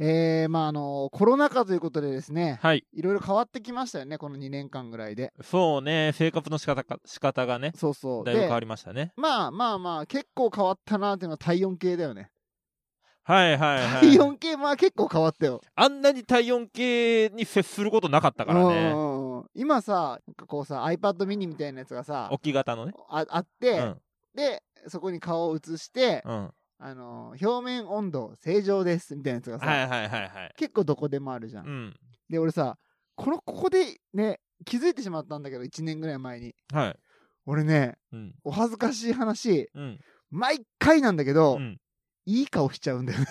えー、まああのコロナ禍ということでですね、はい。いろいろ変わってきましたよね、この2年間ぐらいで。そうね、生活の仕方か仕方がね、そうそう。だいぶ変わでりましたね。まあまあまあ、結構変わったなっていうのは体温計だよね。はいはいは体い。温計、まあ結構変わったよ。あんなに体温計に接することなかったからうね。んうんうんうん今さ、なんかこうさ、iPad mini みたいなやつがさ、置き型のね。ああっうて、ん。で、そこに顔を映して、うん。はあのー表面温度正常ですみたいなやつがいさ、はいはいはい。結構どこでもあるじゃん。うん。で、俺さ、この、ここでね、気づいてしまったんだけど、1年ぐらい前に。はい。俺ね、うん。お恥ずかしい話、うん。毎回なんだけど、うん。いい顔しちゃうん だよね。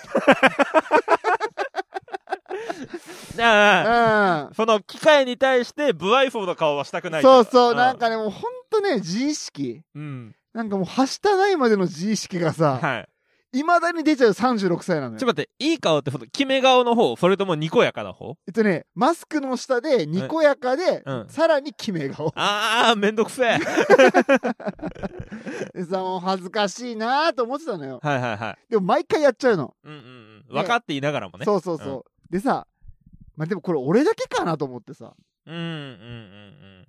うああ、ん。その機械に対して不愛想な顔はしたくないと。そうそう、んなんかね、もうほんとね、自意識。うん。なんかもう、はしたないまでの自意識がさ、はい。いまだに出ちゃう36歳なのよちょ。っと待って、いい顔って、その、決め顔の方、それともにこやかな方えっとね、マスクの下で、にこやかで、うんさらに決め顔。ああ、めんどくせえ。はいでさ、もう恥ずかしいなーと思ってたのよ。はいはい。でも毎回やっちゃうの。うんうんうん。分かっていながらもね。そうそうそう。でさ、まあ、でもこれ俺だけかなと思ってさ、うんうんうん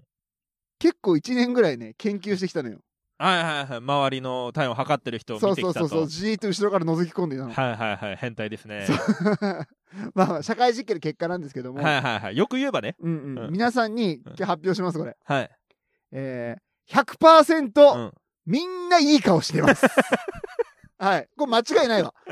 結構1年ぐらいね、研究してきたのよ。うん。はいはいはい。周りの体温測ってる人をそ見うてきそうたと。そうそう、じーっと後ろから覗き込んでいたの。はいはいはい。変態ですね。 まあまあ、社会実験の結果なんですけども、はいはいはい。よく言えばね。うんうんうん皆さんにうん発表します、これ。はい。えー、100%、うん。みんないい顔して ます。はい。これ間違いないわ。あ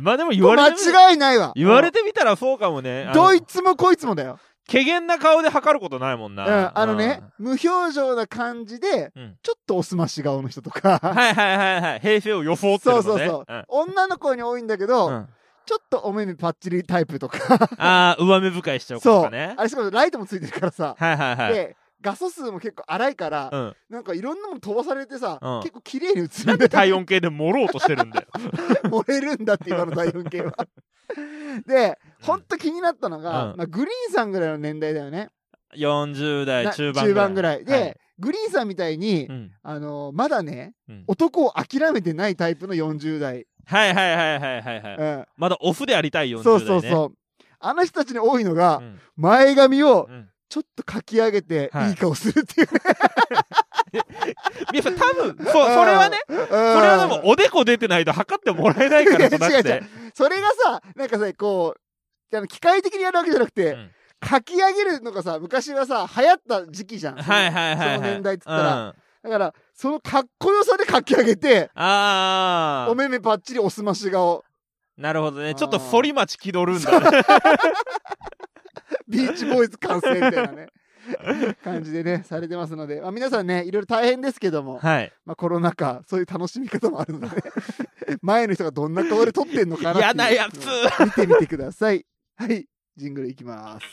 ーまあでも言こわれれてみ間違いないわ。言われてみたらそうかもね。あのどいつもこいつもだよ。怪げな顔で測ることないもんうな。ん、あのね、無表情な感じで、うんちょっとおすまし顔の人とうん。か、はいはいはいはい。平成を装ってるそもうんね。そうそう、うん女の子に多いんだけど、うんちょっとお目目パッチリタイプとか、ああ、上目深いしちゃうことそう、かね。あれしかもライトもついてるからさ、はいはいはい。で、画素数も結構荒いから、うん。なんかいろんなもの飛ばされてさ、うん結構綺麗に映るなんんだでよ。 体温計で盛ろうとしてるんだよ。漏れるんだって今の体温計 は。で、ほんと気になったのが、うんまあ、グリーンさんぐらいの年代だよね。 40代な中盤ぐらい。で、はいグリーンさんみたいに、うんあのまだね、うん男を諦めてないタイプの40代、はいはいはいはいはいはい。うんまだオフでありたい40代ね。そうそうそうあの人たちに多いのが、うん。前髪をうん。ちょっとかき上げて、はいい、い顔するっていうね、いや、多分、そう、それはね、 うん、そそれはでも、おでこ出てないと測ってもらえないからじゃなく違う違てう。それがさなんかさこうあの機械的にやるわけじゃなくて、うんかき上げるのがさ昔はさ流行った時期じゃん、はいはいはいはい。その年代っつったら、うんだからそのかっこよさでかき上げてあお目目パッチリおすまし 顔あ、なるほどうね。んちょっと反町気取るんだね。ビーチボーイズ完成みたいなね感じでねされてますので、まあ、皆さんねいろいろ大変ですけども、はい。まあ、コロナ禍そういう楽しみ方もあるの で前の人がどんな顔で撮ってんのかなっていう嫌なやつ見てみてくださいはいジングルいきます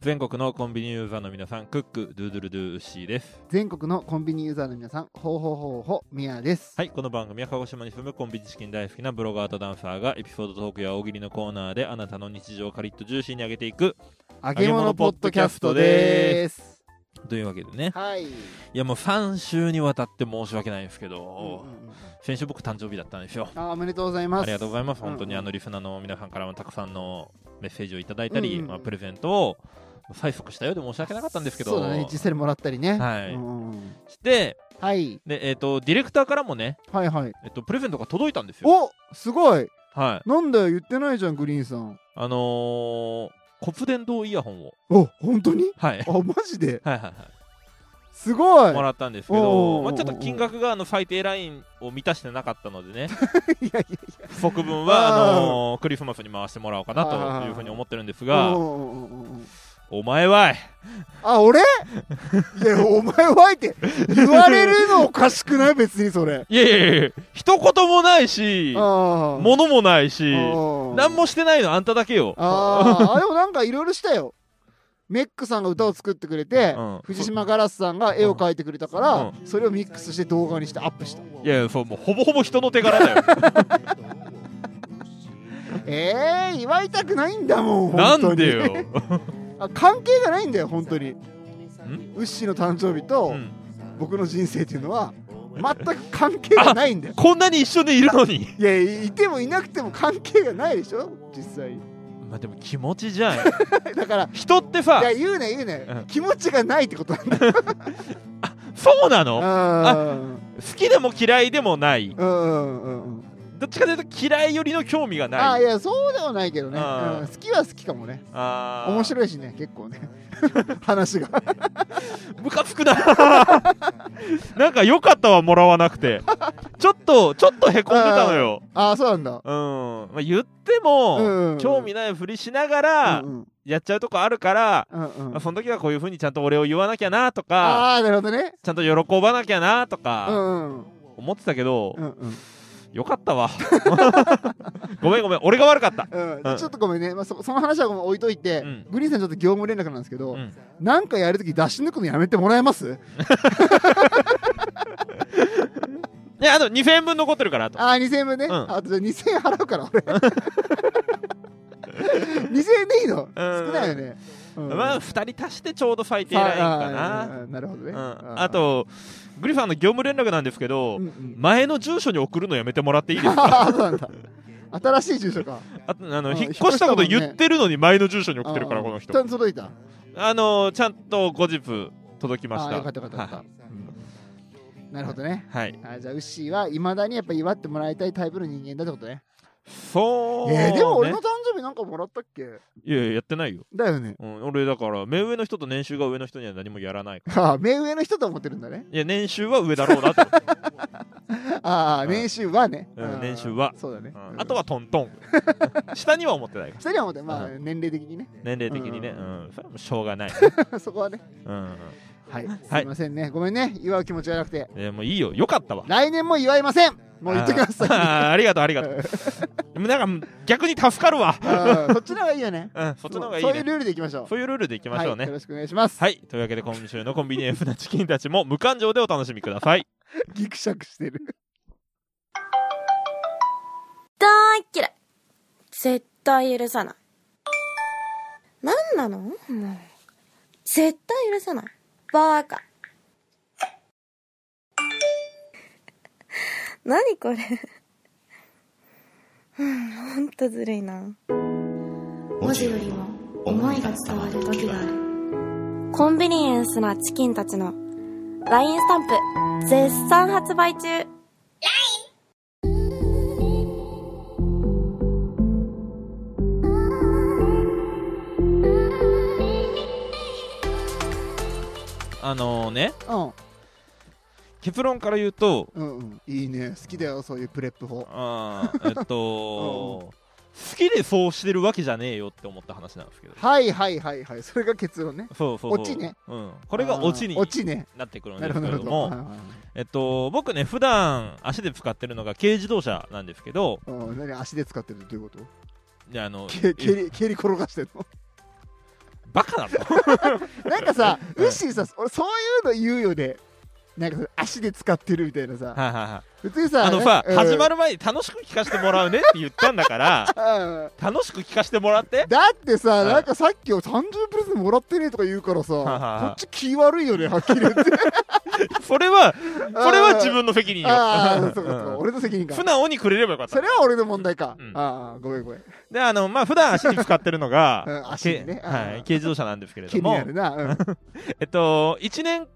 全国のコンビニユーザーの皆さん、クック、ドゥドゥルドゥウッシーです。全国のコンビニユーザーの皆さんほうほうほうほうみやですはい、この番組は鹿児島に住むコンビニチキン大好きなブロガーとダンサーがエピソードトークや大喜利のコーナーであなたの日常をカリッとジューシーに上げていく揚げ物ポッドキャストですというわけでね。はい、いやもう3週にわたって申し訳ないんですけど、うんうんうん先週僕誕生日だったんですよ。あーおめでとうございますありがとうございます。本当うにんうんあのリスナーの皆さんからもたくさんのメッセージをいただいたうり、んうんまあ、プレゼントを催促したようで申し訳なかったんですけど、そうだね実際にもらったりねはいうんうんではいで、えっとディレクターからもね、はいはいえっとプレゼントが届いたんですよ。おすごいはい。なんだよ言ってないじゃんグリーンさんあのー、骨伝導イヤホンを、お本 当にはい、はいあマジではいはいすごいもらったんですけおーど、おーまあ、ちょっと金額があの最低ラインを満たしてなかったのでね、 いやいや不足分あーはあのークリスマスに回してもらおうかなというふうに思ってるんですうが、んうんうんうんうんお前はい、あ俺いやお前はいって言われるのおかしくない別にそ れいやいやいや、一言もないし、あー物もないし、あー何もしてないのあんただけよ。あーあでもなんかいろいろしたよメックさんが歌を作ってくれて、うん藤島ガラスさんが絵を描いてくれたから、うそれをミックスして動画にしてアップした いやいや、そう、もうほぼほぼ人の手柄だよ。会いたくないんだもんな本当にんでよあ関係がないんだよ本当にウッシーの誕生日うとん僕の人生っていうのは全く関係がないんだよこんなに一緒にいるのにいやいてもいなくても関係がないでしょ実際まあでも気持ちじゃんだから人ってさいや言うね言うね、うん気持ちがないってことなんだそうなのうん好きでも嫌いでもないうんうんうんどっちかというと嫌いよりの興味があなーいいやそうではないけどね、あーうん好きは好きかもねあー面白いしね結構ね 話がムカつくな なんか良かったはもらわなくてちょっとちょっとへこんでたのよああそうなんだうん、まあ、言っても、うんうん興味ないふりしながらうんうんやっちゃうとこあるから、うんうんまあ、その時はこういうふうにちゃんと俺を言わなきゃなとかああなるほどねちゃんと喜ばなきゃなとうかんうん思ってたけど、うんうんよかったわごめんごめん俺が悪かったうんうんちょっとごめんね、まあ、そその話はごめん置いといて、うんグリーンさんちょっと業務連絡なんですけど、うんなんかやるとき出し抜くのやめてもらえますいやあと2000円分残ってるからあとああ2000円分ね、うんあとじゃあ2000円払うから俺 2000円でいいの少ないよね、うんまあ2人足してちょうど最低ラインかあなーなるほどね、うん、あとグリファンの業務連絡なんですけど、うんうん前の住所に送るのやめてもらっていいですか あーそうなんだ新しい住所かあとあのうん引っ越したこと引っ越したもんね言ってるのに前の住所に送ってるからあーこのちゃ人んと届いたあのちゃんと後日届きましあーたよかったよかったよかはったうんなるほどねいはいあーじゃあウッシーはいまだにやっぱ祝ってもらいたいタイプの人間だってことねそう、ね、えーでも俺の誕生日なんかもらったっけいやいややってないよ、だよねうん、俺だから目上の人と年収が上の人には何もやらないからああ目上の人と思ってるんだねいや年収は上だろうなと、 ああうん年収はねうんうん年収はそうだねうんうんあとはトントン下には思ってないからそれは思ってまあう年齢的にね 年齢的にね、ううんんそれはもうしょうがない、そこはねうんはいすいませんねごめんね祝う気持ちがなくてえーもういいよよかったわ来年も祝いませんもう言ってくだ さいあーありがとうありが とうでもなんか逆に助かるわうんそっちの方がいいよね。うんそっちの方がいいそういうねルールでいきましょう。そういうルールでいきましはょうい、よねろしくお願いします。はい、というわけで今週のコンビニエンスなチキンたちも無感情でお楽しみくださいギクシャクしてる。大っ嫌い絶対許さない何なのもう絶対許さないバー カ 何これうんほんとずるいな文字よりも思いが伝わる時があるコンビニエンスなチキンたちの LINE スタンプ絶賛発売中あのねうん。結論から言うとうんうん。いいね。好きだよ、そういうプレップ法。あーえっと好きでそうしてるわけじゃねえよって思った話なんですけどはいはいはいはい。それが結論ね。そうそうそうオチね、うん、これがオチにあーオチね。なってくるんなでるすほけど、なれるほどど。はいもはいえっと僕ね普段足で使ってるのが軽自動車なんですけどうん何足で使ってるってどういうことであのけ蹴り蹴り転がしてるの バカなの なんかさ、うんウッシーさ、俺そういうの言うよね。なんかさ足で使ってるみたいなさ。はいはいはい普通にさ、あのさ、始まる。る前に楽しく聞かせてもらうねって言ったんだからうん楽しく聞かせてもらってだってさ、うんなんかさっきを30プレゼントもらってねとか言うからさ、ははこっち気悪いよね、はっきり言って。それはそれは自分の責任よああ、そうかそうか、うん俺の責任か素。直にくれればよかったそれは俺の問題か。うんああ、ごめんごめん。であのまあ普段足に使ってるのがうん足にねけあーはい、軽自動車なんですけれ気どになもるな。 うんえっと1年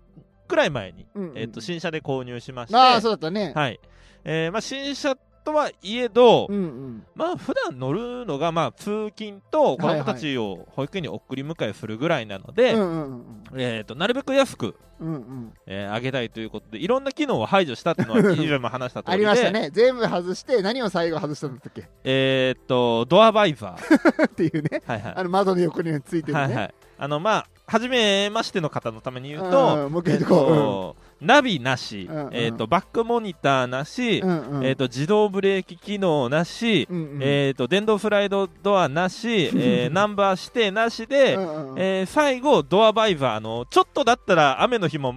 くらい前に、うんうんえっと、新車で購入しましてああ、そうだったね。はいえーまあ、新車とはいえど、うんうん。まあ普段乗るのがまあ通勤と子供たちを保育園に送り迎えするぐらいなので、うんうんえー、となるべく安くうん。うんうん。えー上げたいということでいろんな機能を排除したっていうのは以上も話した通ありりでましたね。全部外して、何を最後外したんだったっけ えーっとドアバイザーっていうね。はいはいあの窓の横についてるね。はいはいあのまあ初めましての方のために言ううとんもう一回言えーっうとことナビなし、うんうんえーっとバックモニターなし、う。うんうん。えーっと自動ブレーキ機能なし、うんうん、えーっと電動スライドドア なし、えーナンバー指定なしで、うんうんえー最後ドアバイザーのちょっとだったら雨の日も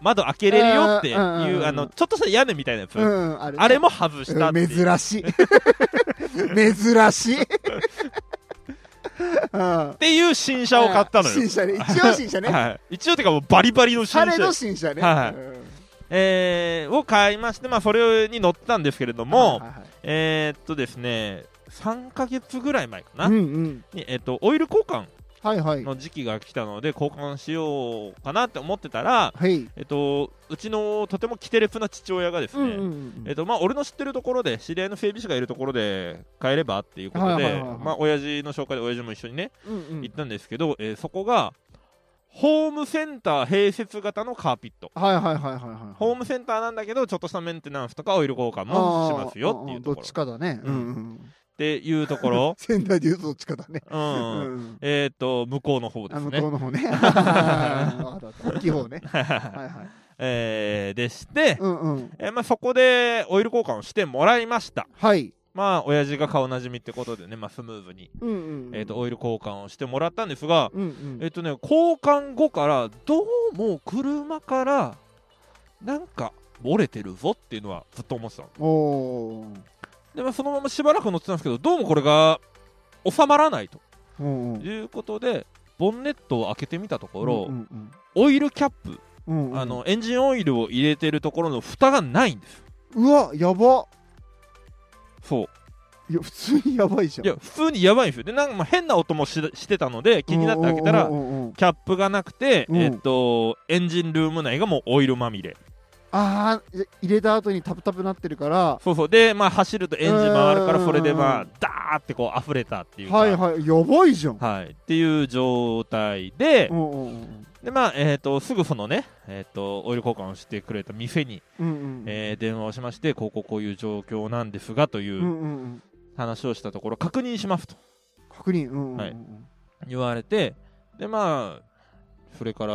窓開けれるよっていうんうんうんううんあのちょっとした屋根みたいなやつ、うんうんあれねあれも外しうたっんていう珍しい。珍しい。うんていう 新車を買ったのよ新車ね。一応新車ね。はい、一応てかもうバリバリの新彼車の、新車ね。はいうんえーを買いまして、まあ、それに乗ったんですけれども、はいはいはいえーっとですね3ヶ月ぐらい前かな、うんうん。にえっとオイル交換はいはい。の時期が来たので交換しようかなって思ってたら、はい。えっと、うちのとてもキテレツな父親がですうんうんね、うんえっとまあ、俺の知ってるところで知り合いの整備士がいるところで買えればっていうことはいはいではいはいまあ親父の紹介で親父も一緒にねうんうん行ったんですけど、えーそこがホームセンター併設型のカーピットはいはいはいはいはい。ホームセンターなんだけどちょっとしたメンテナンスとかオイル交換もしますよっていうあーあーあーどとこっろちかだね。ううんんうん。っていうところ 仙台で言うとどっちかだね。ううん ん。えっ、と向こうの方であす向ねこうの方 ね。わかったわかった大きい方ね。はいはい。えーでして、うんうん。えーまあ、そこでオイル交換をしてもらいましたはい。まあ親父が顔なじみってことでね、まあ、スムーズに、うんうん。えー、とオイル交換をしてもらったんですが、うんうんえっ、とね交換後からどうも車からなんか折れてるぞっていうのはずっと思ってたのおーで、まあ、そのまましばらく乗ってたんですけどどうもこれが収まらないとうんうん。いうことでボンネットを開けてみたところ、うんうんオイルキャップ、うんうんあのエンジンオイルを入れてるところの蓋がないんですうわやばそういや普通にやばいじゃんいや普通にやばいんですよでなんかまあ変な音もししてたので気になって開けたらうんうんうんうんキャップがなくて、うんえっとエンジンルーム内がもうオイルまみれああ入れた後にタプタプなってるからはそうそうでまあ走るとエンジン回るかうらんそれでまあダーってこう溢れたっていいうかはいやばいじゃんはいっていう状態でう、んうんうんでまあえっ、とすぐそのねえっ、とオイル交換をしてくれた店に、うんうんえー電話をしましてこうこうこういう状況なんですがというんううんうん話をしたところ確認しますと確認うんうんうんはい言われてでまあそれから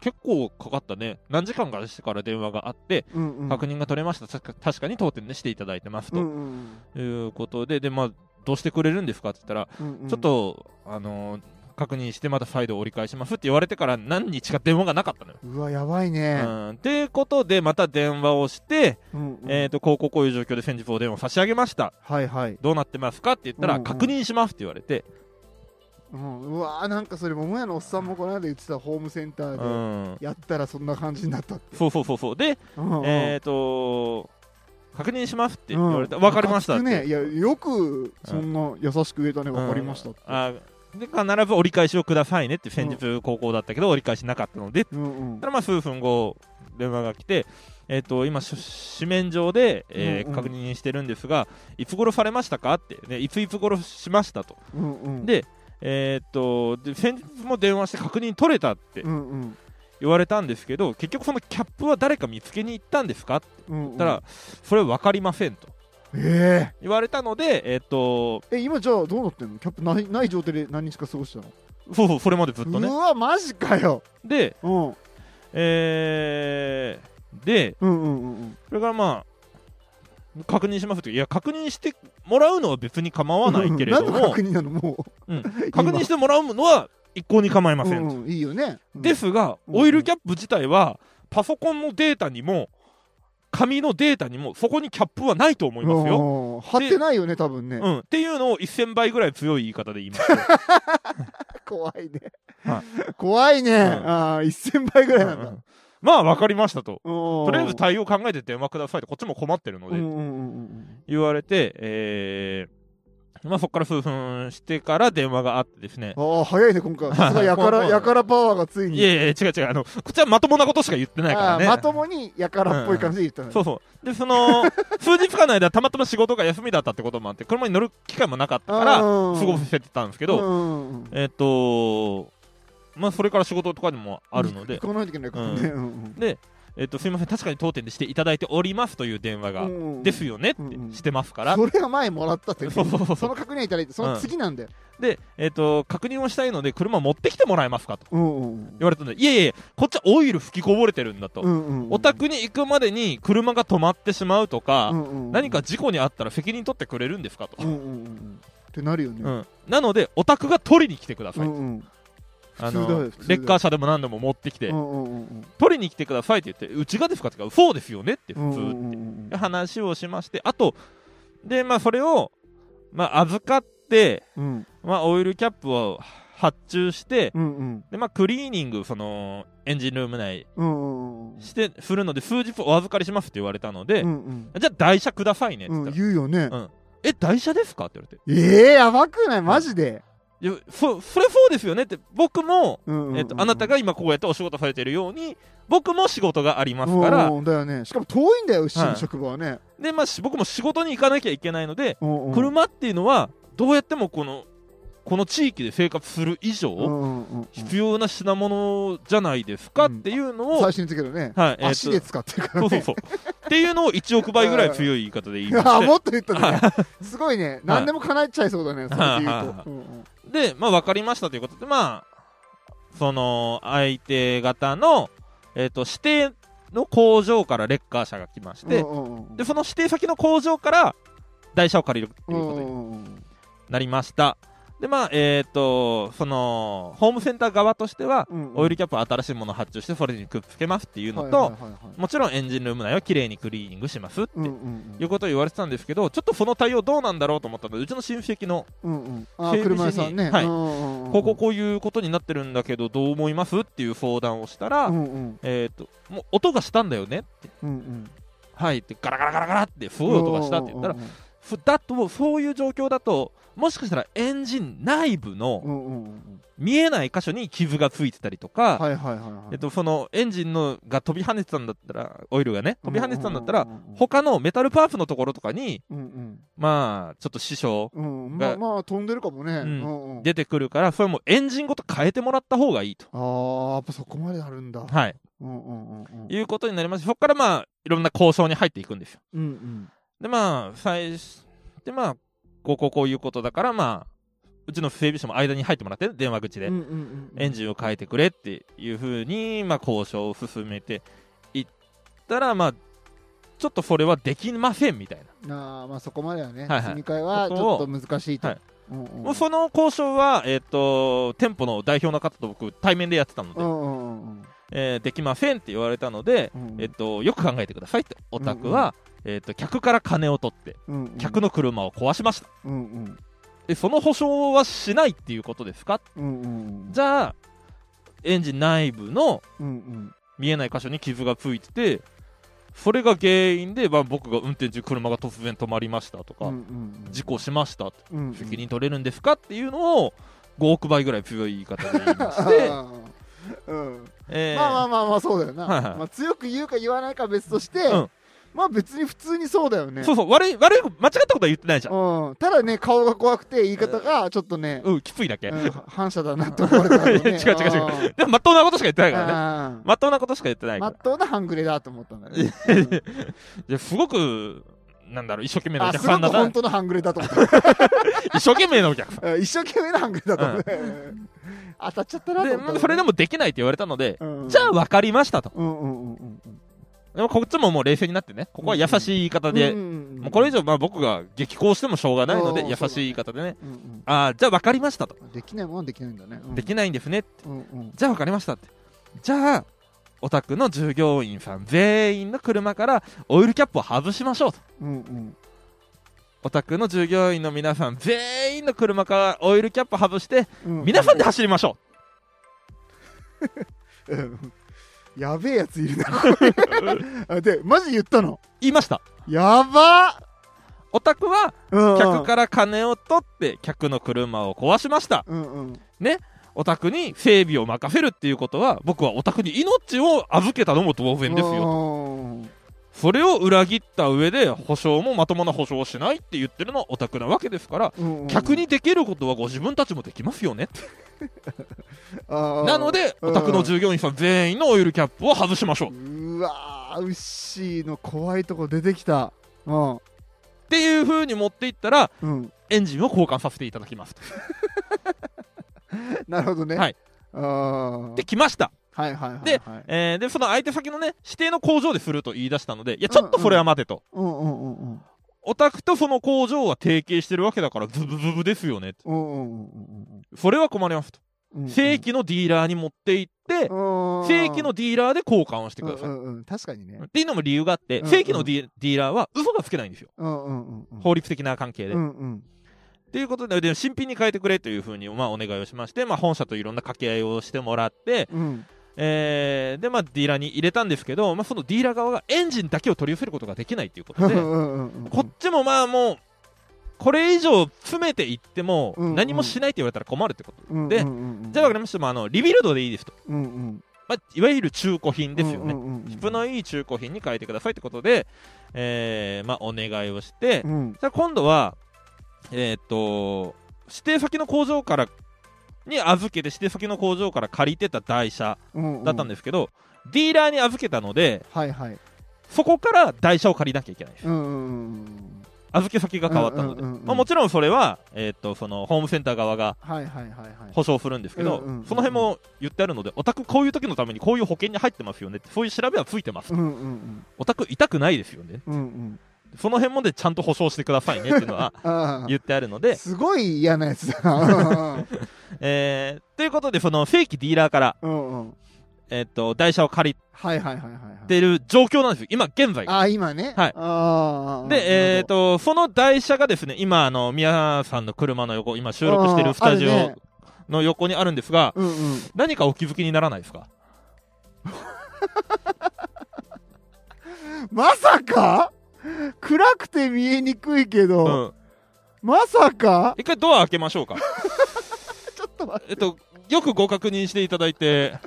結構かかったね何時間かしてから電話があってうんうん確認が取れました、確か確かに当店でしていただいてまうすとんうんいうことで、でまあどうしてくれるんですかって言ったら、うんうんちょっとあのー確認してまた再度折り返しますって言われてから何日か電話がなかったのよ。うわやばいうねん、っていうことでまた電話をして、うんうんえー、とこうこうこういう状況で先日お電話差し上げましたはいはいどうなってますかって言ったら、うんうん確認しますって言われて、うんうわーなんかそれ桃屋のおっさんもこの間言ってたホームセンタうーでん、やったらそんな感じになったってそうそうそうそうでうんうんえー、と確認しますって言われて、分かりましたっムてカつくねいやよくそんな優しく言えたね分かりましたってうんあで必ず折り返しをくださいねって先日高校だったけど折り返しなかったので、うんうんただまあ数分後電話が来て、えー、と今し紙面上で、えーうんうん確認してるんですがいつ頃されましたかって、ね、いついつ頃しましたとうんうんでえー、とで先日も電話して確認取れたってうんうん言われたんですけど、結局そのキャップは誰か見つけに行ったんですかってうんう言んったら、それ分かりませんとえ言われたので、えー、とええ今じゃあどうなってんのキャップないない状態で何日か過ごしたのそうそう、それまでずっとうね。わマジかよ、で、うん、うんえー、で、うんうんうんそれからまあ、確認しますといや、確認してもらうのは別に構わないけれど何のも確、認なのもうんう確認してもらうのは一向に構いませうんと。んうんいいよねうんですが、うんオイルキャップ自体は、パソコンのデータにも、紙のデータにも、そこにキャップはないと思いますよ。うん貼ってないよね多分ね、うん、っていうのを1000倍ぐらい強い言い方で言い ますよ。怖いね、は怖いね、ああ1000倍ぐらいなんうだ、んまあ、わかりましたと。ととりあえず対応考えて電話くださいと、こっちも困ってるのうでんう、んうんうん言われて、えーまあ、そこから数分してから電話があってですね、ああ早いね今回さ すがやかもらうやからパワーがついにいやいや、違う違う、あのこっちはまともなことしか言ってないからああね。まともにやからっぽい感じで言ったのねそうそうでその数日間の間たまたま仕事が休みだったってこともあって車に乗る機会もなかったから過うんごせてたんですけうんど、うんうんえっ、とまあそれから仕事とかにもあるので行、かないといけないからね。うんうんで、えっとすいません確かに当店でしていただいておりますという電話が、うんうんですよねってうんうんしてますから、それは前もらったってね。そうそうそうその確認はいただいて、その次なんだよ。で、えっと確認をしたいので車持ってきてもらえますかとうんうん言われたのでいやいやいやこっちはオイル吹きこぼれてるんだと、うんうんうんお宅に行くまでに車が止まってしまうとか、うんうんうん何か事故にあったら責任取ってくれるんですかと、うんうんうんうんってなるようね。んなのでお宅が取りに来てくだうさい、んうん普通だよ普あの通だよレッカー車でも何でも持ってきて、うんうんうん取りに来てくださいって言ってうちがですかって言うからそうですよねってう普ん通、うんうんうん話をしましてあとでまあそれを、まあ、預かっって、うんまあ、オイルキャップを発注して、うんうんで、まあ、クリーニング、その、エンジンルーム内うんうんうんして、するので、数日お預かりしますって言われたので、うんじゃあ台車くださいねってうんう言ったん言ら、うよねうんえ、台車ですかって言われてええやばくないマジで、いやそ、それそうですよねって、僕も、うんうんうんえっと、あなたが今こうやってお仕事されてるように、僕も仕事がありますかうらん、うんだよねしかも遠いんだよ新はい職場はね、で、まあ、し僕も仕事に行かなきゃいけないので、うんうん車っていうのは、どうやってもこの、この地域で生活する以上、うんうんうんうん必要な品物じゃないですかっていうのを、最初につけどね、はい、えっと足で使ってるかそらうそうねそう。っていうのを1億倍ぐらい強い言い方で言いま あしもっと言ったねすごいね何でも叶えちゃいそうだねそれで言うはいとうんうんて、で、まあ分かりましたということで、まあ、その相手方の、えっ、と、指定の工場からレッカー車が来ましてう、んうんうんで、その指定先の工場から台車を借りるということうにんうんうんなりました。で、まあ、えっ、と、その、ホームセンター側としては、うんうんオイルキャップは新しいものを発注して、それにくっつけますっていうのと、はいはいはいはいもちろんエンジンルーム内は綺麗にクリーニングしますってうんうんいうことを言われてたんですけど、ちょっとその対応どうなんだろうと思ったので、うちの親戚の、うんうんうんあ整備士に車屋さんねはいここうこうこういうことになってるんだけど、どう思いますっていう相談をしたら、うんうんえっ、と、もう音がしたんだよねって、うんうんはいって、ガラガラガラガラって、すごい音がしたって言ったら、ふだと、そういう状況だと、もしかしたらエンジン内部うのんうんうん見えない箇所に傷がついてたりとか、はいはいはいはいえっと、そのエンジンのが飛び跳ねてたんだったら、オイルがね、飛び跳ねてたんだったらう、んうんうん他のメタルパーツのところとかに、うんまあ、ちょっと支障うんうんまあがまあ飛んでるかもねんうんうん出てくるから、それはもうエンジンごと変えてもらった方がいいと。あーやっぱそこまであるんだはい。うんうんうんうんいうことになりまして、そこからまあ、いろんな交渉に入っていくんですよ。うんうんで、まあ、最初、で、まあ、こうこうこういうことだから、まあ、うちの整備士も間に入ってもらって、電話口でう、んうんうんエンジンを変えてくれっていうふうに、まあ、交渉を進めていったら、まあ、ちょっとそれはできませんみたいなあまあそこまではね、はいはい積み替えはちこょっことを難しいと、はいうんうんな。もうその交渉は、えっ、と、店舗の代表の方と僕、対面でやってたので、うんうんうんうんえーできませんって言われたので、うんえっと、よく考えてくださいってオタクは、えっと、客から金を取ってうんうん客の車を壊しました、うんうんでその保証はしないっていうことですかうんうんじゃあエンジン内部のうんうん見えない箇所に傷がついててそれが原因で、まあ、僕が運転中車が突然止まりましたとか、うんうん事故しましたとうんうん責任取れるんですかっていうのを5億倍ぐらい強い言い方で言いまして、あーうんえーまあまあまあまあそうだよな、はいはいまあ、強く言うか言わないかは別として、うんまあ別に普通にそうだよねそうそう悪い悪いこと間違ったことは言ってないじゃん、うん、ただね顔が怖くて言い方がちょっとね、うん、きついだけ、 うん反射だなと思われたのね違う違う違でも、まっとうなことしか言ってないからね。あーまっとうなことしか言ってないまかっとうな半グレだと思ったんだね、ら。ですごく、なんだろう、一生懸命のおあ客すごさんくだ本な。当の半グレだと思った一生懸命のお客さ。うん一生懸命なハングリーだと思うね、当たっちゃったなんとで、思った、まあそれでもできないって言われたので、もじゃあ分かりましたと。うんうんうんうんうんでもこっちももう冷静になってね、ここは優しい言い方で、もうこれ以上、上まあ僕が激高してもしょうがないのうで、ん優しい言い方でね、うんああ、じゃあ分かりましたと。うんできないもんはできないんだね、うんできないんですね。うんうんじゃあ分かりましたって。じゃあ、お宅の従業員さん全員の車からオイルキャップを外しましょうと。うんうんお宅の従業員の皆さん全員の車からオイルキャップ外してうん皆さんで走りましょうんやべえやついるな これあでマジで言ったのう言いましたやばっお宅はうん客から金を取って客の車を壊しましたうんうんお宅に整備を任せるっていうことは僕はお宅に命を預けたのも当然ですよよそれを裏切った上で保証もまともな保証をしないって言ってるのはお宅なわけですから客にできることはご自分たちもできますよねななのでお宅の従業員さん全員のオイルキャップを外しましょううわーウッシーの怖いとこ出てきたうんっていう風に持っていったらうんエンジンを交換させていただきますなるほどねはいあーで来ました、はいはいはいはいでえーでその相手先のね指定の工場ですると言い出したのでいやちょっとそれは待てと、うんうんうんうんオタクとその工場は提携してるわけだからズブズブですよねとうんうんうんうんそれは困りますうんうと、ん正規のディーラーに持って行って、正正規のディーラーで交換をしてください、うんうんうん、確かにねっていうのも理由があって、うんうん正規のディディーラーは嘘がつけないんですようんうんうんうん法律的な関係で、うんうんっていうことで、で新品に変えてくれというふうに、まあ、お願いをしまして、まあ、本社といろんな掛け合いをしてもらって、うん。えーで、まあ、ディーラーに入れたんですけど、まあ、そのディーラー側がエンジンだけを取り寄せることができないというこう とんうで、んうんうんこっちもまあもう、これ以上詰めていっても、うんうん何もしないって言われたら困るってこと。うんでうんうんうんじゃあ、わかりました。まあ、あの、リビルドでいいですと。うんうんまあ、いわゆる中古品ですよね。うんうんうんうん質のいい中古品に変えてくださいってことで、えーまあ、お願いをして、うんじゃあ今度は、えーっと、指定先の工場から、に預けて、指定先の工場から借りてた台車うんうんだったんですけど、ディーラーに預けたので、はいはい。そこから台車を借りなきゃいけないです。うんうんうんうん。預け先が変わったので。うんうんうんうんまあ、もちろんそれは、えーっと、その、ホームセンター側がはいはいはいはい。保証するんですけど、うんうんうんその辺も言ってあるので、オタクこういう時のためにこういう保険に入ってますよねって、そういう調べはついてますう。んうんオタク痛くないですよね。うんうんうん。その辺までちゃんと保証してくださいねっていうのは あ言ってあるのあ。で、すごい嫌なやつだな。えー、ということで、その正規ディーラーから、うんうんうん。えっと、台車を借りはいはいはいはいはい。、てる状況なんですよ。今、現在が。ああ、今ね。はいああ。で、えっと、と、その台車がですね、今、あの、宮さんの車の横、今収録してるスタジあーあるオねの横にあるんですが、うんうん。何かお気づきにならないですかまさか暗くて見えにくいけうど、ん。まさか一回ドア開けましょう か。ちょっと待って。えっと、よくご確認していただいて、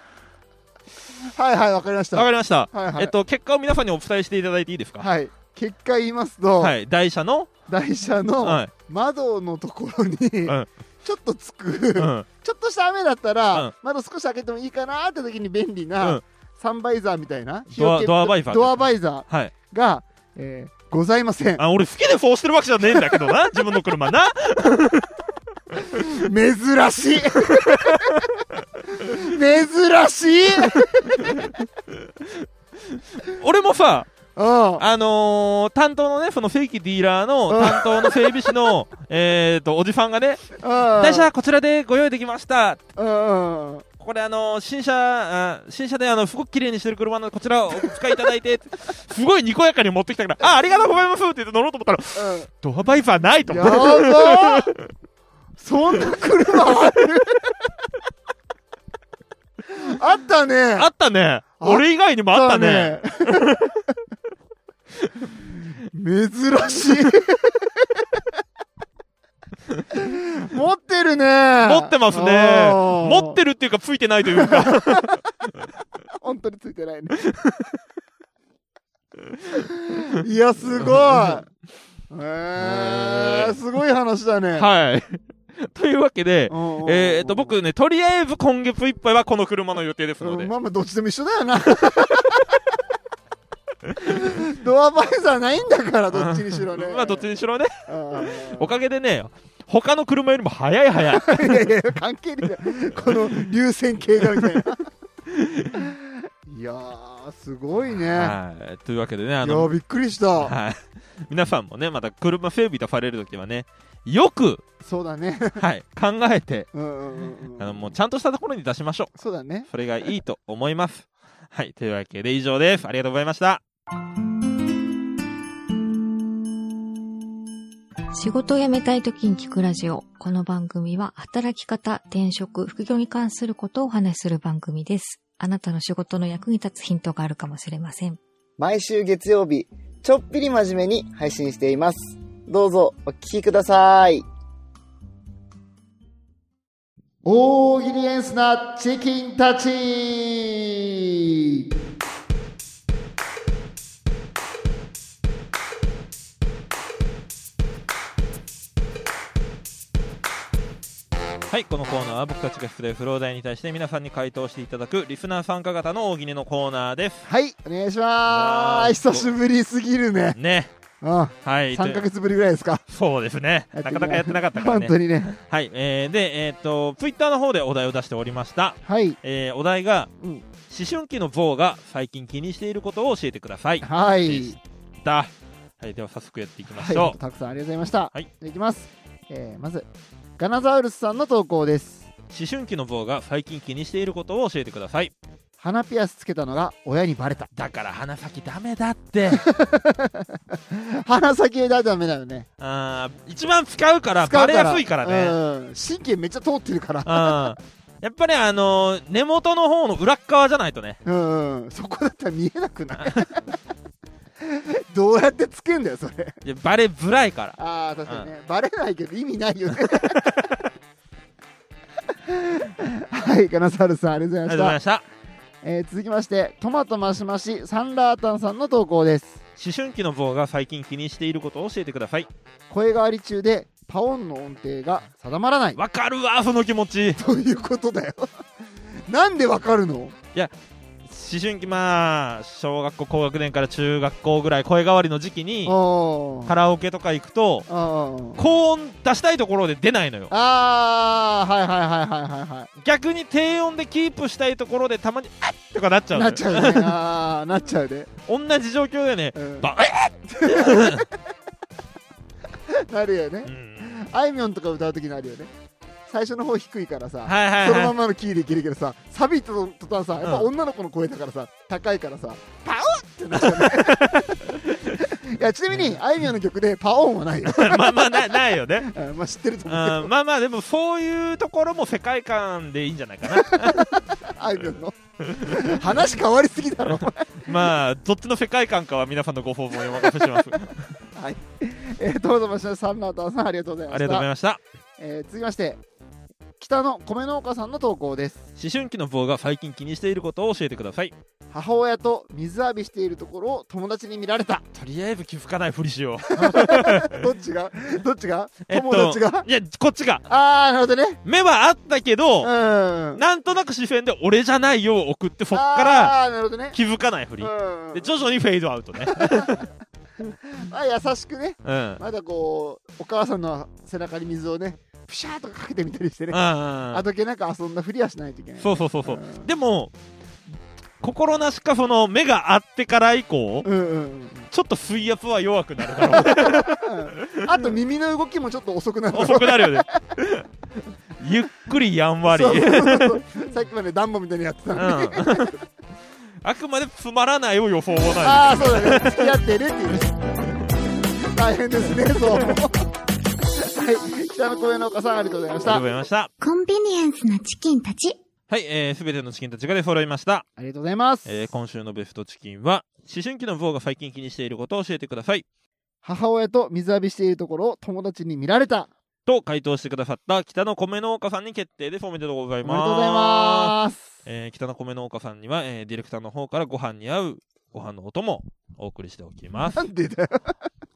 はいはい、わかりましわた。かりました。はいはいえっと、結果を皆さんにお伝えしていただいていいですかはい。結果言いますと、はい、台車の、台車のは窓のところに、んちょっとつく、い、うん。ちょっとした雨だったら、うん窓少し開けてもいいかなって時に便利うなんサンバイザーみたいな、ドア日よけドアバイザードアバイザはい。ーが、えーございません。あ、俺好きでそうしてるわけじゃねえんだけ どな、自分の車な。珍しい珍しい俺もさ、うんあのー担当のね、その正規ディーラーのうん担当の整備士の、えっと、おじさんがね、台車こちらでご用意できました。うんうんこれあのー新車、あ新車であの、すごく綺麗にしてる車なので、こちらをお使いいただいて、 すごいにこやかに持ってきたから、あ、ありがとうございますって言って乗ろうと思ったら、うんドアバイザーないと思やって。ばーそんな車ある あったねあったね。俺以外にもあったね。 珍しい持ってるね持ってますね。持ってるるっていうか、ついてないとい うか。本当についてないねいやすごいえー、すごい話だね、はい。 というわけで、うんうんうんえー、っと、僕ね、とりあえず今月いっぱいはこの車の予定ですのうでん、まあまあどっちでも一緒だよな ドアバイザーないんだからどっちにしろね まあ、どっちにしろね、あおかげでね、他の車よりも早 い早い。あいやいや関係ねえよこの流線形がみたいないやーすごいねいやはい。というわけでね、あのー、びっくりしたはい。皆さんもね、また車整備とされるときはね、よ く、そうだねはい、考えて、うんうんうんあの、もううんちゃんとしたところに出しましょそうだねう。それがいいと思います。はい。というわけで以上です。ありがとうございました。仕事を辞めたい時に聞くラジオ。この番組は働き方、転職、副業に関することをお話しする番組です。あなたの仕事の役に立つヒントがあるかもしれません。毎週月曜日、ちょっぴり真面目に配信しています。どうぞお聞きください。大喜利エンスなチキンたちはい、このコーナーは僕たちが出題不老題に対して皆さんに回答していただくリスナー参加型の大喜利のコーナーです。はいお願いします久しぶりすぎるねね。うんはい。 3ヶ月ぶりぐらいですかそうですね。やなってかみなかやってなかったから本ね当。にねはい。えー、で、えーっと、ツイッターの方でお題を出しておりました。はいえー、お題が、うん思春期の像が最近気にしていることを教えてください。はでいし。た。はい。では早速やっていきまはしい、ょう。たくさんありがとうございました。はいじゃあいきます。えーまず、ガナザウルスさんの投稿です。思春期の像が最近気にしていることを教えてください。鼻ピアスつけたのが親にバレただから鼻先ダメだって 鼻先だとダメだよねあー一番使うから使バうレやすいからね、うん神経めっちゃ通ってる からうんやっぱりあのー根元の方の裏っ側じゃないとねうんうん、そこだったら見えなくない どうやってつけんだよそれいやバレづらいからああ確かにね、バレないけど意味ないよねはい金沢さんありがとあうございりがとうございままししたたえー続きましてトマトマシマシサンラータンさんの投稿です思春期の棒が最近気にしていることを教えてください声変わり中でパオンの音程が定まらないわかるわその気持ちということだよなんでわかるの思春期まあ小学校高学年から中学校ぐらい声変わりの時期にあカラオケとか行くとあー高音出したいところで出ないのよあーはいはいはいはいはいはい逆に低音でキープしたいところでたまに「あっ!」とかなっちゃうなのよっちゃうね。ああ、なっちゃうね。同じ状況でねうんバ えなるよねう。んあいみょんとか歌うときなるよね。最初の方低いからさ、はいはいそのはまいまのキーでいけるけどさ、サビととたんさ、やっぱうん女の子の声だからさ、高いからさ、パオンってなっちゃう ね。いやちなみに、あいみょんの曲でパオンはないよ。まあまあな ないよねうんまあ知ってるとうん思うまあまあでもそういうところも世界観でいいんじゃないか なけど、あいみょんの。話変わりすぎだろ。まあどっちの世界観かは皆さんのご訪問にお任せし ますあえー、どうぞましサンラータンさんありがとうございました。りがとうございましたえー続きまして、北の米農家さんの投稿です。思春期の棒が最近気にしていることを教えてください母親と水浴びしているところを友達に見られたとりあえず気づかないふりしようどっちがどっちがえっと友達が、いやこっちがああなるほどね目はあったけど、うんなんとなく視線で俺じゃないよを送ってそっからああーなるほどね気づかないふり、うんで徐々にフェードアウトねまあ優しくねうんうんまだこうお母さんの背中に水をねプシャーとかかけてみたりしてねあどけなく遊んだふりはしないといけないそうそうそうそう、うんでも心なしかその目が合ってから以降、うんうんうんちょっと水圧は弱くなるだろうんあと耳の動きもちょっと遅くなるう遅くなる よねゆっくりやんわりそうそうそう そうさっきまでダンボみたいにやってたうのに、ん あくまでつまらないを予想もないああそうだね付き合ってるっていうね大変ですねそうはい北の声の岡さんありがとうございましたありがとうございましたコンビニエンスなチキンたち。はいえー、全てのチキンたちが出揃いましたありがとうございます、えー今週のベストチキンは思春期の棒が最近気にしていることを教えてください母親と水浴びしているところを友達に見られたと回答してくださった北の米農家さんに決定ですおめでとうございおめまですとうございますえー北の米農家さんには、えーディレクターの方からご飯に合うご飯のお供をお送りしておきますなんでだよ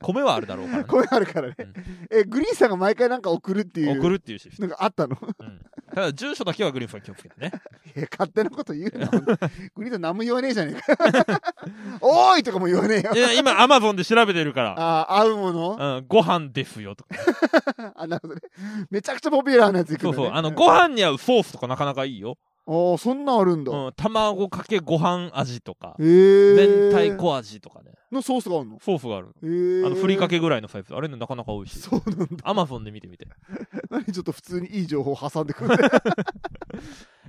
米はあるだろう から、ね、声あるからね、うんえグリーンさんが毎回なんか送るっていう送るっていうシステのがあったの ム、うん、ただ住所だけはグリーンさん気をつけてねえ勝手なこと言うなグリーンさん何も言わねえじゃねえか おーいとかも言わねえよいや今アマゾンで調べてるかああ合うものら、うん、ご飯ですよと か、あなるほどねめちゃくちゃポピュラーなやついくんだそねうそうあのご飯に合うソースとかなかなかいいよ、ああそんなんあるんだ、うん、卵かけご飯味とかへえ明太子味とかねのソースがあるのソースがあるへあえのふりかけぐらいのサイズあれねなかなか美味しいそうなんだアマゾンで見てみて何ちょっと普通にいい情報挟んでく るね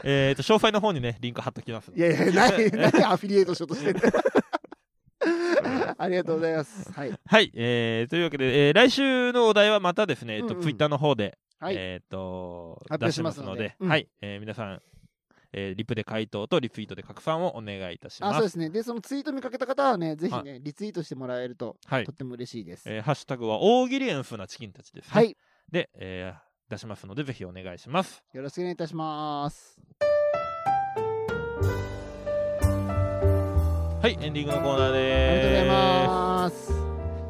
えっと詳細の方にねリンク貼っときますいやいや何何アフィリエイトしようとしてんだよありがとうございますはいはい、えー、というわけで、えー来週のお題はまたですね、えっとうんうんツイッターの方で、はい、えっ、と発出表ししまますすののでで、うんはい、えー皆さん、えーリプで回答とリツイートで拡散をお願いいたしあまそうす。ですねでそのツイート見かけた方はねぜひねリツイートしてもらえるとはいとっ、ても嬉しいです、えーハッシュタグは大喜利エンフなチキンたちです、ね。は。いで、えー出しますのでぜひお願いします。よろしくお願いいたしますはい、エンディングのコーナーありがとうございでーます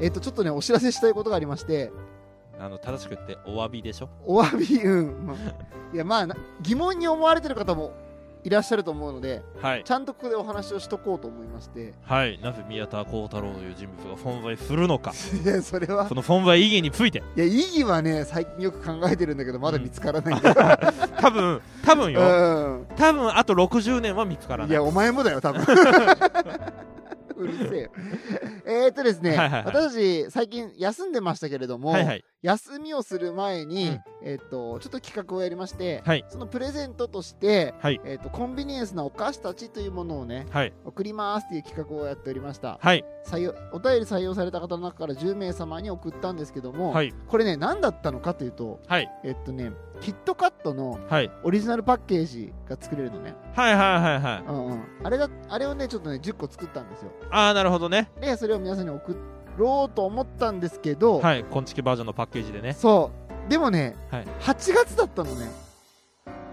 えっとちょっとねお知らせしたいことがありましてす。あの正しく言ってお詫びでしょ。お詫びうん、まあ、いやまあな疑問に思われてる方もいらっしゃると思うのではいち。ゃんとここでお話をしとこうと思いましてはい、なぜ宮田幸太郎という人物が存在するのか、いやそれは その存在意義について、いや意義はね最近よく考えてるんだけどまだ見つからないんだ よ多分多分よ、う多分あと60年は見つからんい。ない やお前もだよ多分ううるせえよ。えーっとですね、はいはいはい私たち最近休んでましたけれども、はいはい。休みをする前に、うんえーっと、ちょっと企画をやりまして、はいそのプレゼントとして、はいえーっと、コンビニエンスなお菓子たちというものをね、はい。送りますっていう企画をやっておりました。はい。採用お便り採用された方の中から10名様に送ったんですけども、はい。これね何だったのかというとはい。えっとねキットカットのはい。オリジナルパッケージが作れるのね、はいはいはいはい。うんうん、あれだあれをねちょっとね10個作ったんですよああ、なるほどね。でそれを皆さんに送ろうと思ったんですけど、はい。こんちきバージョンのパッケージでね。そうでもね、はい8月だったのね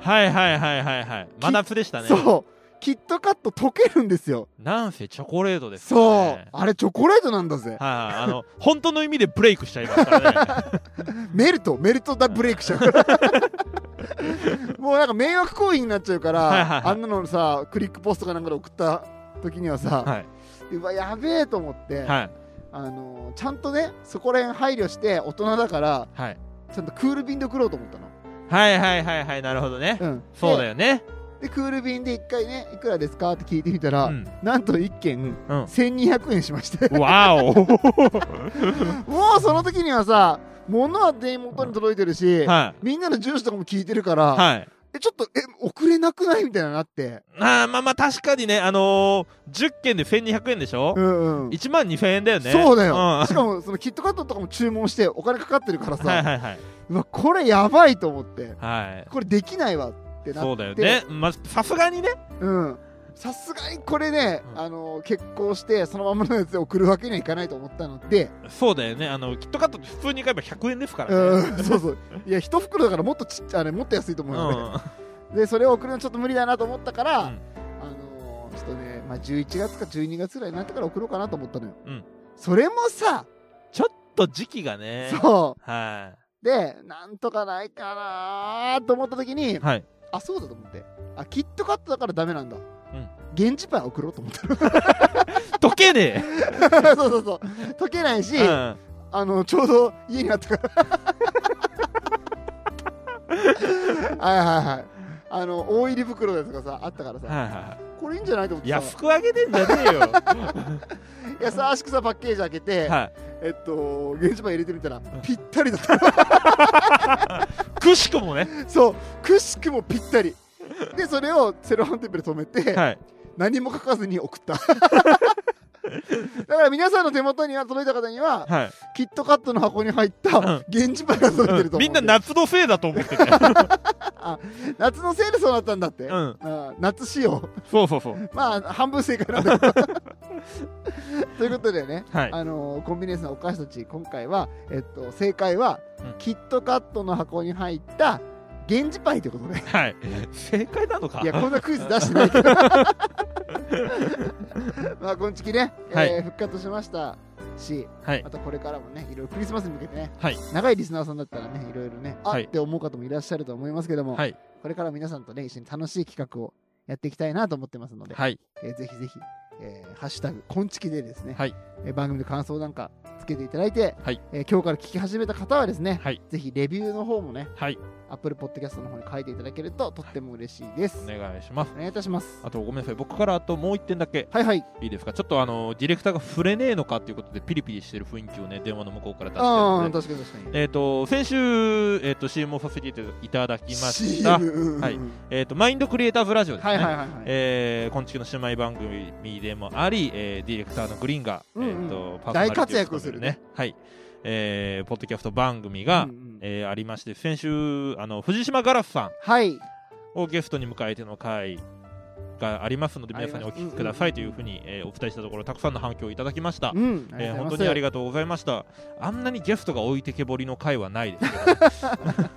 はいはいはいはいはい。真夏でしたね。そうキットカット溶けるんですよなんせチョコレートですからそねう。あれチョコレートなんだぜはいはい。あの、本当の意味でブレイクしちゃいますからね。メルトメルトだブレイクしちゃ うからもうなんか迷惑行為になっちゃうから、はいはいはいあんなのさクリックポストかなんかで送った時 にはさ、はうわやべえと思って、い。はい。あのーちゃんとねそこら辺配慮して大人だからはい。ちゃんとクール便で送ろうと思ったの、はいはいはいはい。なるほどね。うん、そうだよよね。でクール便で一回ねいくらですかって聞いてみたうら、ん。なんと一件うん。 1200円しましてわ おもうその時にはさ物は手元に届いてるし、はみんなの住所とかも聞いてるかい。ら、はい。えちょっとえ遅れなくないみたいなのなってあーまあまあ確かにね、あのー、10件で1200円でしょ、うんうん ?1 万2000円だよね。そうだよ、んしかもそのキットカットとかも注文してお金かかってるからさ、はいはいはい。うわこれやばいと思ってはい。これできないわってなってそうだよね。まあ、さすがにね。うんさすがにこれね、うんあの結婚してそのままのやつで送るわけにはいかないと思ったので、そうだよね。あの、キットカットって普通に買えば100円ですからね。うん、そうそういや一袋だからもっとちっちゃいあれもっと安いと思うのね、はでそれを送るのちょっと無理だなと思ったから、うんあのーちょっとね、まあ、11月か12月ぐらいになってから送ろうかなと思ったのよ、うんそれもさ、ちょっと時期がね。そはうでなんとかないかなーと思った時にい。はい。あそうだと思ってあキットカットだからダメなんだ、ん現地パン送ろうと思 ったの溶けねそうそうそう溶けないし、え。うん。あのちょうど家にあったからはいはいはいあの大入り袋のやつがさあったからさ、はいはいはこれいいんじゃないと思っい。てさ安くあげてんじゃねえよ。優しくさパッケージ開けて、はえっと現地版入れてみたらぴったりだったい。くしくもね。そうくしくもぴったりでそれをセロハンテープで留めて、はい。何も書かずに送った だから皆さんの手元には届いた方にははい。キットカットの箱に入ったうん現地版が届いてると思うんで、みんな夏のせいだと思っ てて。夏のせいでそうなったんだって、うん。あー夏仕様 そうそうそう。まあ半分正解なんだけど ということでね、はい。あのーコンビニエンスのお菓子たち今回は、えっと、正解は、うんキットカットの箱に入った源氏パイということではい。正解なのかいやこんなクイズ出してないけど まあこんちきね、えーはい復活しましたしはいあ。とこれからもねいろいろクリスマスに向けてね、はい長いリスナーさんだったらねいろいろねあ、はいって思う方もいらっしゃると思いますけども、はい。これから皆さんとね一緒に楽しい企画をやっていきたいなと思ってますので、はい。えーぜひぜひ、えーハッシュタグ、こんちきでですね、はいえー番組の感想なんかつけていただいて、はいえー今日から聞き始めた方はですね、はいぜひレビューの方もね、はい。 Apple Podcast の方に書いていただけるととっても嬉しいです。お願いしますお。願いいたします。あとごめんなさい。僕からあともう一点だけはいはい。いいですか。ちょっとあの、ディレクターが触れねえのかっていうことでピリピリしてる雰囲気をね、電話の向こうから出してるああ、ので。確かに確かに。えっ、と、先週、えっ、と、CM をさせていただきました。 CM はいえっ、と、マインドクリエイターズラジオですね。はいはいはいはい。えー、昆虫の姉妹番組でもあり、えーディレクターのグリーンが、うんうんえーとパーソナ大リティを活躍をするね務めはいえーポッドキャスト番組が、うんうんえーありまして先週あの藤島ガラスさんはい。をゲストに迎えての回がありますので皆さんにお聞きくださいというふうに、えーお伝えしたところたくさんの反響をいただきましたう、ん。えー本当にありががとうございましたあんなにゲストが置いてけぼりの回はないですけどとうございます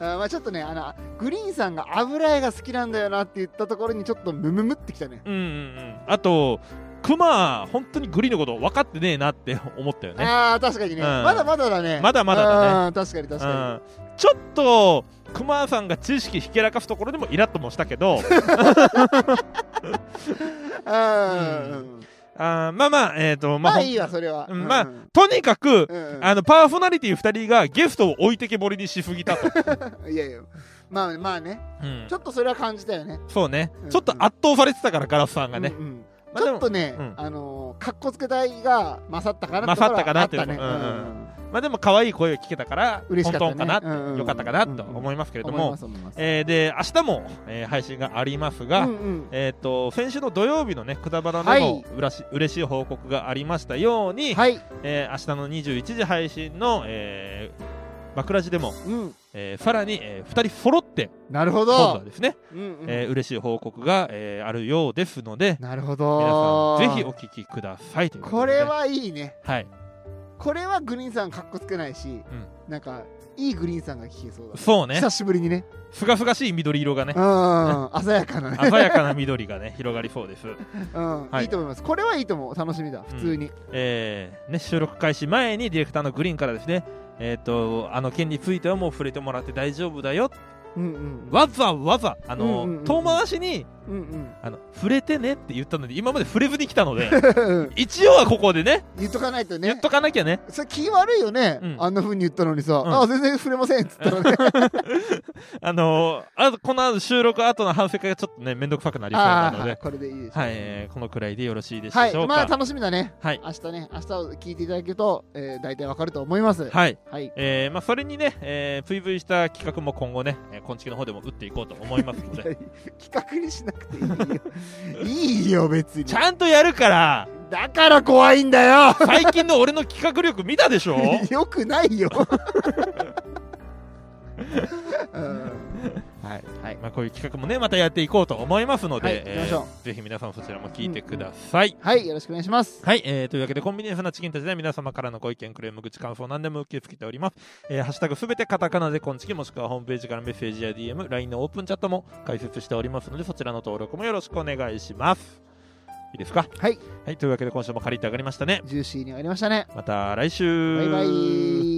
あーまあちょっとね、あの、グリーンさんが油絵が好きなんだよなって言ったところにちょっとムムムってきたね。 うんうんうんあとクマ本当にグリーンのこと分かってねえなって思ったよねああ、確かにね、うんまだまだだね。まだまだだねね。確かに確かに。うんちょっと熊さんが知識ひけらかすところでもイラッともしたけ どうんあーまあまあえっ、とままあ、あほんいいわそれは。うんまあうんとにかく、うんあのパーソナリティ2人がゲストを置いてけぼりにしすぎた と、いやいやまあまあねうんちょっとそれは感じたよね。そうね、うんちょっと圧倒されてたからガラスさんがね、うんうんまあちでょもっとね、うんあのー、かっこつけ代が勝ったかなってところ勝ったかはなあっっていたうのね。もうんうんまあでも可愛い声を聞けたから、嬉しかったねトントンかなって、うんうんうんよかったかなと思いますけれど思いもま、す思いますえーで、明日も、えー配信がありますが、うんうんえっ、と、先週の土曜日のね、くだばらはでもいうらし、嬉しい報告がありましたように、はい、えー明日の21時配信の、えー、枕地でも、うん、えーさらに、え2人揃って、なるほ今度はど、ですね、うんうんえー嬉しい報告が、えーあるようですので、なるほ皆どさん、ぜひお聞きくださいというとこでれ、はいいねはい、これはグリーンさんかっこつけないし、なんかいいグリーンさんが聞けそうだ、そうね久、しぶりにねすがすがしい緑色がねう、ん鮮やかなね、鮮やかな緑がね、広がりそうです。うんはいい、いと思いますこれはいいと思う楽しみだ普通に、えーね、収録開始前にディレクターのグリーンからですね、えー、とあの件についてはもう触れてもらって大丈夫だようん、うんわざわざあの、うんうんうん遠回しにうんうんあの触れてねって言ったので今まで触れずに来たので うん 一応はここでね言っとかないと言っねとかなきゃねそれ気悪いよね、うんあんな風に言ったのにさ、んあ全然触れませんっつったらねあのあとこの後収録後の反省会がちょっとね面倒くさくなりそうなあの あで、これでいいでしょはいえーこのくらいでよろしいでしはいょうかまあ楽しみだねはい、明日ね明日を聞いていただけると、えー、大体わかると思いますはいはい、えーまあ、それにね、えー、PV した企画も今後ね、えー、昆虫の方でも打っていこうと思いますの で企画にしなくていいよ いいよ別にちゃんとやるからだから怖いんだよ最近の俺の企画力見たでしょ よくないよ、うんはい、はいまあ、こういう企画もねまたやっていこうと思いますので、はいえ行ーきましょぜひ皆さんそちらも聞いてください、はいよろしくお願いしますはい、えー、というわけでコンビニエンスなチキンたちでは皆様からのご意見クレーム口感想何でも受け付けております、えー、ハッシュタグすべてカタカナでコンチキもしくはホームページからメッセージや DMLINE のオープンチャットも開設しておりますのでそちらの登録もよろしくお願いしますいいですかはい、はい、というわけで今週も借りて上がりましたねジューシーに上がりましたねまた来週バイバイ